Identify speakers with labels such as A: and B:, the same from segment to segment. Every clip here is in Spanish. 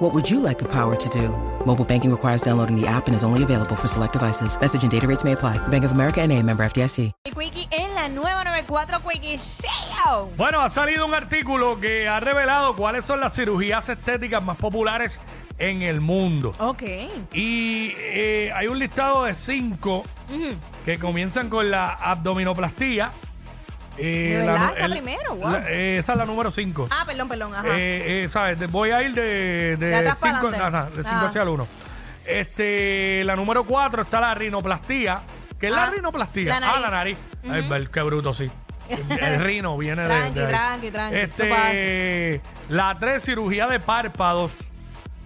A: What would you like the power to do? Mobile banking requires downloading the app and is only available for select devices. Message and data rates may apply. Bank of America and a member FDIC.
B: El Quickie en la nueva 94 Quickie oh. Show.
C: Bueno, ha salido un artículo que ha revelado cuáles son las cirugías estéticas más populares en el mundo.
B: Ok.
C: Y eh, hay un listado de cinco que comienzan con la abdominoplastía. Eh,
B: ¿De verdad? Esa
C: el-
B: primero, wow.
C: la- eh, esa es la número cinco.
B: Ah, perdón, perdón, ajá.
C: Eh, eh, ¿Sabes? De- Voy a ir
B: De
C: de de
B: atrás para
C: cinco
B: adelante.
C: ajá, de cinco
B: Ajá.
C: hacia el uno. Este, la número cuatro está la rinoplastía. ¿Qué es
B: Ah,
C: la rinoplastía?
B: la
C: Ah, la nariz.
B: nariz.
C: Ay, ver, qué bruto, sí. El, el rino viene de-
B: Tranqui,
C: de. ahí.
B: tranqui, tranqui. Eso pasa.
C: Este, la tres, cirugía de párpados.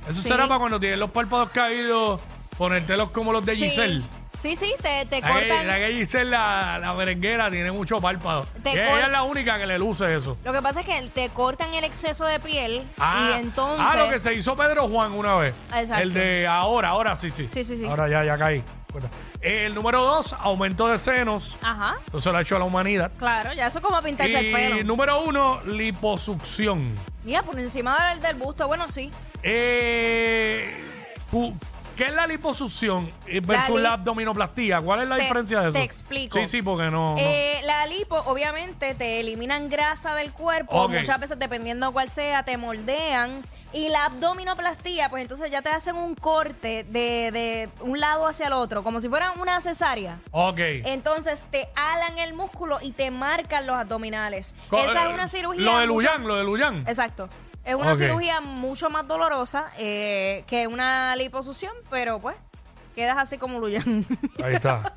C: Eso
B: Sí.
C: será para cuando tienes los párpados caídos, ponértelos como los de
B: Sí.
C: Giselle.
B: Sí, sí, te, te
C: La que-
B: cortan.
C: La que Giselle, la, la merenguera, tiene mucho párpado.
B: Te
C: Y ella
B: cort-
C: es la única que le luce eso.
B: Lo que pasa es que te cortan el exceso de piel y entonces.
C: ah, lo que se hizo Pedro Juan una vez.
B: Exacto.
C: El de ahora, ahora sí, sí.
B: Sí, sí, sí.
C: Ahora ya, ya caí. Bueno. El número dos, aumento de senos.
B: Ajá,
C: Eso se lo ha hecho a la humanidad.
B: claro, ya eso es como pintarse el
C: Y
B: pelo.
C: número uno, liposucción.
B: Mira, por encima del, del busto, bueno, sí.
C: Eh, pu- ¿Qué es la liposucción eh, versus
B: li-
C: la, abdominoplastía? ¿Cuál es la
B: Te-
C: diferencia de eso?
B: te explico.
C: Sí, sí, porque no. no.
B: Eh, la lipo, obviamente, te eliminan grasa del cuerpo.
C: Ok.
B: Muchas veces, dependiendo cuál sea, te moldean. Y la abdominoplastía, pues entonces ya te hacen un corte de, de un lado hacia el otro, como si fuera una cesárea.
C: ok.
B: Entonces te alan el músculo y te marcan los abdominales.
C: Co-
B: Esa es
C: eh,
B: una cirugía.
C: Lo de
B: mucho-
C: Luyan, lo de Luyan.
B: Exacto. Es una
C: Ok.
B: cirugía mucho más dolorosa eh, que una liposucción, pero pues quedas así como Luyan.
C: Ahí está.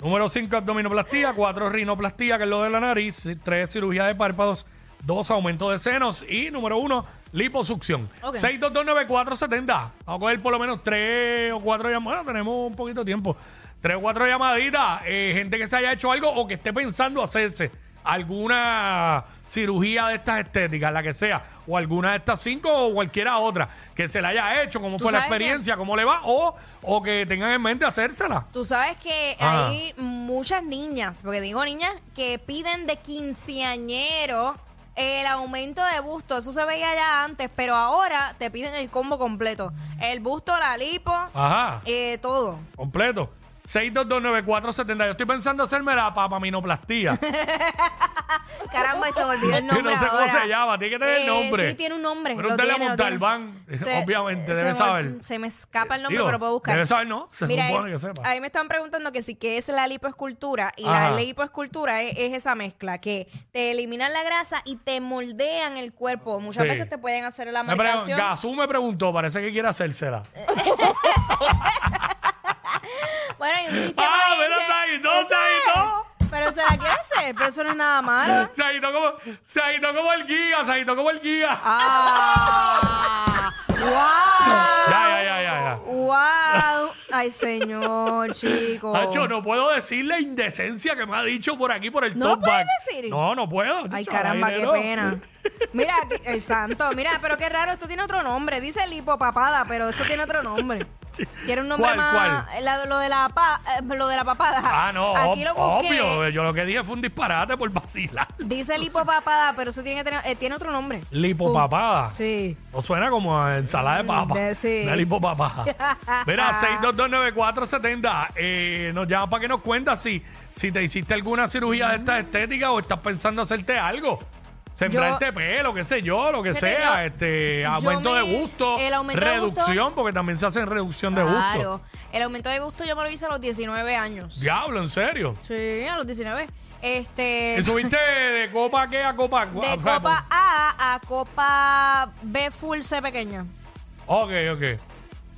C: Número 5, abdominoplastía. 4, rinoplastía, que es lo de la nariz. 3, cirugía de párpados. 2, aumento de senos. Y número 1, liposucción.
B: Ok.
C: 6229470. Vamos a coger por lo menos 3 o 4 llamadas. Bueno, tenemos un poquito de tiempo. 3 o 4 llamaditas. Eh, gente que se haya hecho algo o que esté pensando hacerse alguna cirugía de estas estéticas, la que sea, o alguna de estas cinco o cualquiera otra, que se la haya hecho, cómo
B: Tú
C: fue la
B: sabes que-
C: experiencia, cómo le va, o, o que tengan en mente hacérsela.
B: Tú sabes que
C: Ajá.
B: hay muchas niñas, porque digo niñas, que piden de quinceañero el aumento de busto. Eso se veía ya antes, pero ahora te piden el combo completo. El busto, la lipo,
C: Ah. Ajá,
B: eh, todo.
C: completo. 6229470. Yo estoy pensando hacerme la papaminoplastía.
B: Caramba, y se me olvidó el
C: Yo
B: nombre.
C: no sé cómo
B: ahora.
C: se llama, tiene que tener
B: Eh,
C: nombre.
B: Sí, tiene un nombre.
C: Pero
B: lo
C: usted le
B: tiene, lo
C: monta
B: tiene.
C: el van, obviamente,
B: se
C: debe
B: me-
C: saber.
B: Se me escapa el nombre,
C: Digo,
B: pero puedo buscar.
C: debe saber, ¿no? Se
B: Mira,
C: supone
B: ahí-
C: que sepa.
B: Ahí me están preguntando que si qué es la lipoescultura. Y
C: Ajá.
B: la lipoescultura es, es esa mezcla que te eliminan la grasa y te moldean el cuerpo. Muchas
C: Sí.
B: veces te pueden hacer la
C: Me pregun-
B: marcación.
C: Gazú me preguntó, parece que quiere hacérsela.
B: Eh. Bueno, hay un sistema.
C: ¡Ah,
B: ahí
C: pero
B: que-
C: se agitó, se agitó!
B: Pero se la quiere hacer, pero eso no es nada malo.
C: Se agitó como, se agitó como el guía, se agitó como el guía.
B: ¡Ah!
C: Ya,
B: ¡Wow!
C: ya, ya, ya. ya.
B: ¡Wow! Ay, señor, chico.
C: Nacho, no puedo decir la indecencia que me ha dicho por aquí por el
B: ¿No
C: top
B: puedes
C: back.
B: decir?
C: No, no puedo.
B: Ay,
C: Nacho, al
B: caramba,
C: aire
B: qué
C: no.
B: pena. Mira, que- el santo, mira, pero qué raro, esto tiene otro nombre. Dice lipopapada, pero eso tiene otro nombre. Tiene un nombre
C: ¿Cuál,
B: más. la- lo, de la pa- eh, lo de la papada.
C: Ah, no,
B: Aquí lo
C: ob-
B: busqué.
C: obvio. eh. Yo lo que dije fue un disparate por vacilar.
B: Dice lipopapada, pero eso tiene que tener. eh, tiene otro nombre.
C: Lipopapada.
B: Sí. Mm,
C: O suena como a ensalada de papa.
B: de- sí. Ah.
C: Una lipopapada. Mira, 6229470. Eh, nos llama para que nos cuentas si, si te hiciste alguna cirugía de
B: Mm.
C: estas estéticas o estás pensando hacerte algo. Sembrarte pelo, qué sé yo, lo que
B: Fíjate,
C: sea.
B: yo-
C: este
B: yo
C: Aumento
B: me-
C: de gusto.
B: el aumento de
C: reducción,
B: gusto-
C: porque también se hacen reducción de gusto.
B: Claro. El aumento de gusto yo me lo hice a los 19 años.
C: Diablo, en serio.
B: Sí, a los 19. Este.
C: ¿Y subiste de copa qué a copa? O
B: De
C: sea,
B: copa A a copa B full C pequeña.
C: Ok, pues, ok.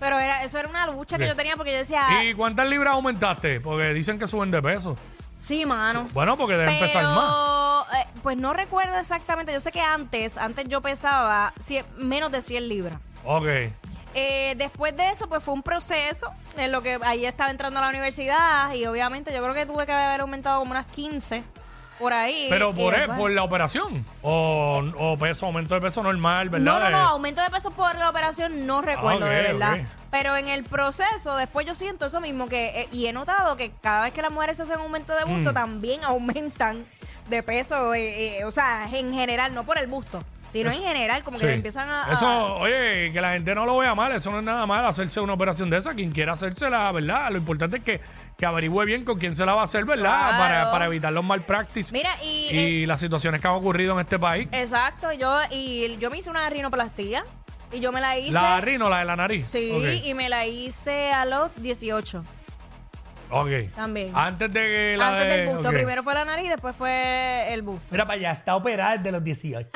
B: Pero era, eso era una lucha que
C: Sí.
B: yo tenía porque yo decía,
C: ¿Y cuántas libras aumentaste? Porque dicen que suben de peso.
B: sí, mano.
C: Bueno, porque debe
B: Pero,
C: empezar más.
B: eh, pues no recuerdo exactamente. Yo sé que antes, antes yo pesaba cien- menos de 100 libras.
C: Ok.
B: Eh, después de eso, pues fue un proceso en lo que ahí estaba entrando a la universidad y obviamente yo creo que tuve que haber aumentado como unas 15 por ahí. Eh,
C: Pero
B: Y
C: por, eh,
B: después-
C: por la operación. O, o peso, aumento de peso normal, ¿verdad?
B: No, no, no,
C: Eh,
B: aumento de peso por la operación no recuerdo,
C: Ah, ok,
B: de verdad.
C: ok.
B: Pero en el proceso, después yo siento eso mismo que eh, y he notado que cada vez que las mujeres hacen aumento de
C: Mm.
B: busto, también aumentan de peso, eh, eh, o sea, en general, no por el busto, sino en general, como que
C: Sí.
B: empiezan a... a-
C: Eso, oye, que la gente no lo vea mal, eso no es nada mal hacerse una operación de esa. Quien quiera hacérsela, ¿verdad? Lo importante es que, que averigüe bien con quién se la va a hacer, ¿verdad?
B: Claro.
C: Para, para evitar los malpractices
B: Mira, y, eh,
C: y las situaciones que han ocurrido en este país.
B: Exacto, yo y yo me hice una rinoplastía y yo me la hice.
C: la rino, la de la nariz.
B: sí,
C: Ok.
B: y me la hice a los 18
C: Ok.
B: también.
C: Antes de que la
B: Antes
C: de-
B: del busto,
C: ok.
B: primero fue la nariz, después fue el busto.
D: Mira para allá, está operada desde los 18.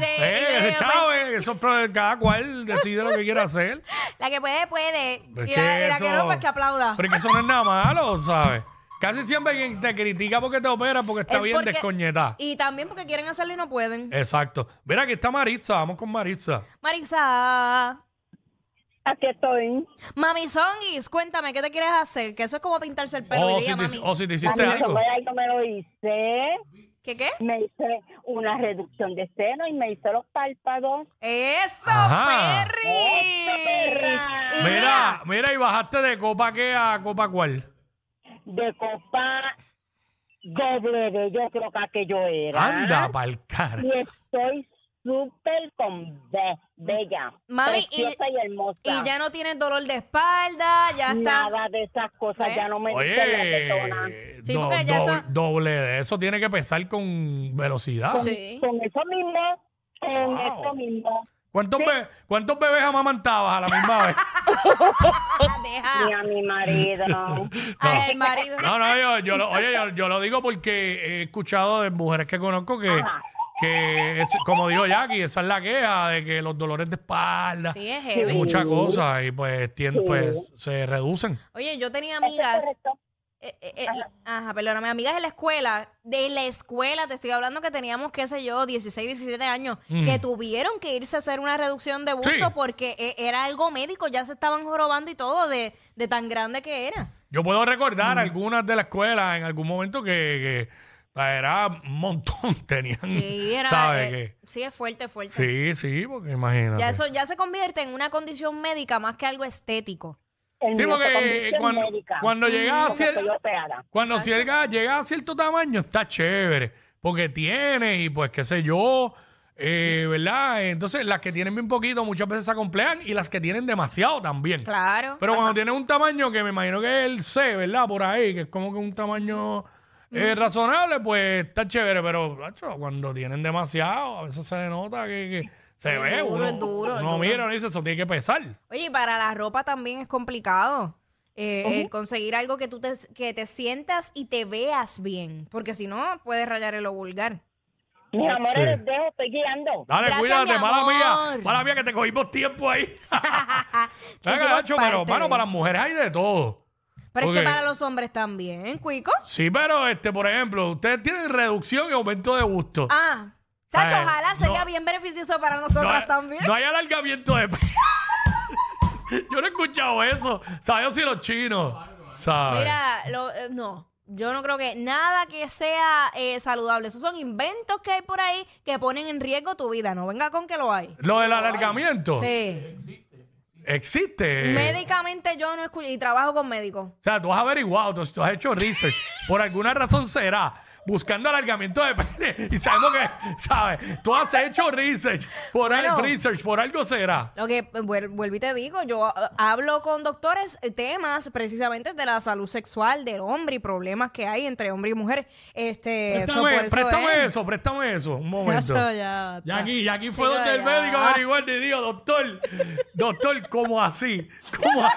C: Eh,
B: Eh,
C: chao,
B: pues,
C: eh, eso es pro- cada cual decide lo que quiera hacer.
B: la que puede, puede.
C: eh. Es
B: Y la, y la que
C: eso-
B: no, pues que aplauda.
C: Pero es que eso no es nada malo, ¿sabes? Casi siempre quien te critica porque te opera porque está
B: Es
C: bien Eh.
B: porque-
C: descoñetada.
B: Y también porque quieren hacerlo y no pueden.
C: Exacto. Mira, aquí está Maritza. Vamos con Maritza.
B: Marisa,
E: Aquí estoy.
B: mami Songis, cuéntame, ¿qué te quieres hacer? Que eso es como pintarse el pelo.
C: O
B: hoy día,
C: Oh, si, te,
B: mami.
C: o si te hiciste
E: Cuando
C: algo.
E: me algo me lo hice.
B: ¿Qué qué?
E: Me hice una reducción de seno y me hice los párpados.
B: ¡Eso,
C: Ajá.
B: Perris!
E: perra!
B: Y
C: Mira, mira, y bajaste de copa qué a copa cuál.
E: de copa doble de yo creo que aquello era.
C: Anda, pa'l cara.
E: Y estoy súper con be- bella,
B: Mami, y-
E: preciosa y, hermosa.
B: Y ya no tienes dolor de espalda, ya está.
E: Nada de esas cosas
B: ¿Eh?
E: ya no me dicen la tetona.
C: Oye,
B: Sí,
C: do-
B: porque ya
C: doble,
B: eso-
C: doble de eso tiene que pesar con velocidad.
B: Sí.
E: Con eso mismo, con
C: Wow.
E: eso mismo,
C: ¿Cuántos, be- ¿Cuántos bebés amamantabas a la misma vez?
B: Ah, deja.
E: ni a mi marido.
B: A ver, marido.
C: No, no, yo, yo lo, oye, yo, yo lo digo porque he escuchado de mujeres que conozco que,
E: Ajá.
C: que es- como dijo Jackie, esa es la queja de que los dolores de espalda
B: Sí, es
C: y
B: heavy.
C: muchas cosas y pues, tien-
E: Sí.
C: pues se reducen.
B: Oye, yo tenía
E: ¿Eso es
B: amigas.
E: correcto?
B: eh, eh, eh, ajá, perdóname, amigas de la escuela, de la escuela, te estoy hablando que teníamos, qué sé yo, 16, 17 años, que tuvieron que irse a hacer una reducción de busto
C: Sí.
B: porque eh, era algo médico, ya se estaban jorobando y todo de, de tan grande que era.
C: Yo puedo recordar algunas de la escuela en algún momento que, que era un montón, tenían.
B: Sí, era.
C: ¿Sabes
B: eh,
C: qué?
B: sí, es fuerte, fuerte.
C: Mm. Sí, sí, porque imagínate.
B: Ya eso ya se convierte en una condición médica más que algo estético.
E: El
C: Sí,
E: mío fue
C: porque
E: condición
C: cuando,
E: médica.
C: cuando llegas a
E: Como
C: cier-
E: que yo operara.
C: Cuando llega, llega a cierto tamaño está chévere, porque tiene y pues qué sé yo, eh, ¿verdad? Entonces las que tienen bien poquito muchas veces se acomplean y las que tienen demasiado también.
B: Claro.
C: Pero cuando tienen un tamaño que me imagino que es el C, ¿verdad? Por ahí, que es como que un tamaño eh, razonable, pues está chévere, pero macho, cuando tienen demasiado a veces se denota que, que se
B: Es
C: ve,
B: duro,
C: uno,
B: es duro, es
C: uno
B: duro.
C: mira, uno dice, eso tiene que pesar.
B: Oye, y para la ropa también es complicado. eh, el conseguir algo que tú te, que te sientas y te veas bien. Porque si no, puedes rayar en lo vulgar.
E: Mis
C: Sí.
E: amores, les dejo, estoy guiando.
C: Dale,
B: Gracias,
C: cuídate,
B: mi
C: mala mía.
B: amor.
C: Mala mía que te cogimos tiempo ahí.
B: Que
C: Venga,
B: somos
C: Nacho,
B: parte
C: pero bueno,
B: de-
C: para las mujeres hay de todo.
B: Pero es
C: Ok.
B: que para los hombres también, Cuico.
C: Sí, pero este, por ejemplo, ustedes tienen reducción y aumento de gusto.
B: Ah, Tacho,
C: Ay,
B: ojalá sería
C: no.
B: bien beneficioso para
C: no,
B: nosotras
C: hay-
B: también.
C: no hay alargamiento de pe- Yo no he escuchado eso. ¿Sabes si los chinos? ¿Sabes?
B: Mira, lo- eh, no. Yo no creo que nada que sea eh, saludable. Esos son inventos que hay por ahí que ponen en riesgo tu vida. No venga con que lo hay.
C: Lo del alargamiento.
B: Sí.
C: Eh. Existe.
B: Médicamente yo no escucho y trabajo con médicos.
C: O sea, tú has averiguado, tú, tú has hecho research. Por alguna razón será. Buscando alargamiento de pene. Y sabemos que, ¿sabes? Tú has hecho research. Por, al-
B: Bueno.
C: research, por algo será.
B: Lo que eh, vuel- vuelvo y te digo, yo eh, hablo con doctores eh, temas precisamente de la salud sexual del hombre y problemas que hay entre hombre y mujer. Este, so,
C: Préstame,
B: por eso
C: préstame
B: es.
C: eso, préstame eso. Un momento.
B: Tacho, ya
C: Y
B: está.
C: aquí, y aquí fue
B: Sí,
C: donde
B: ya.
C: el médico averiguó y dijo, doctor, doctor, ¿cómo así? ¿Cómo así?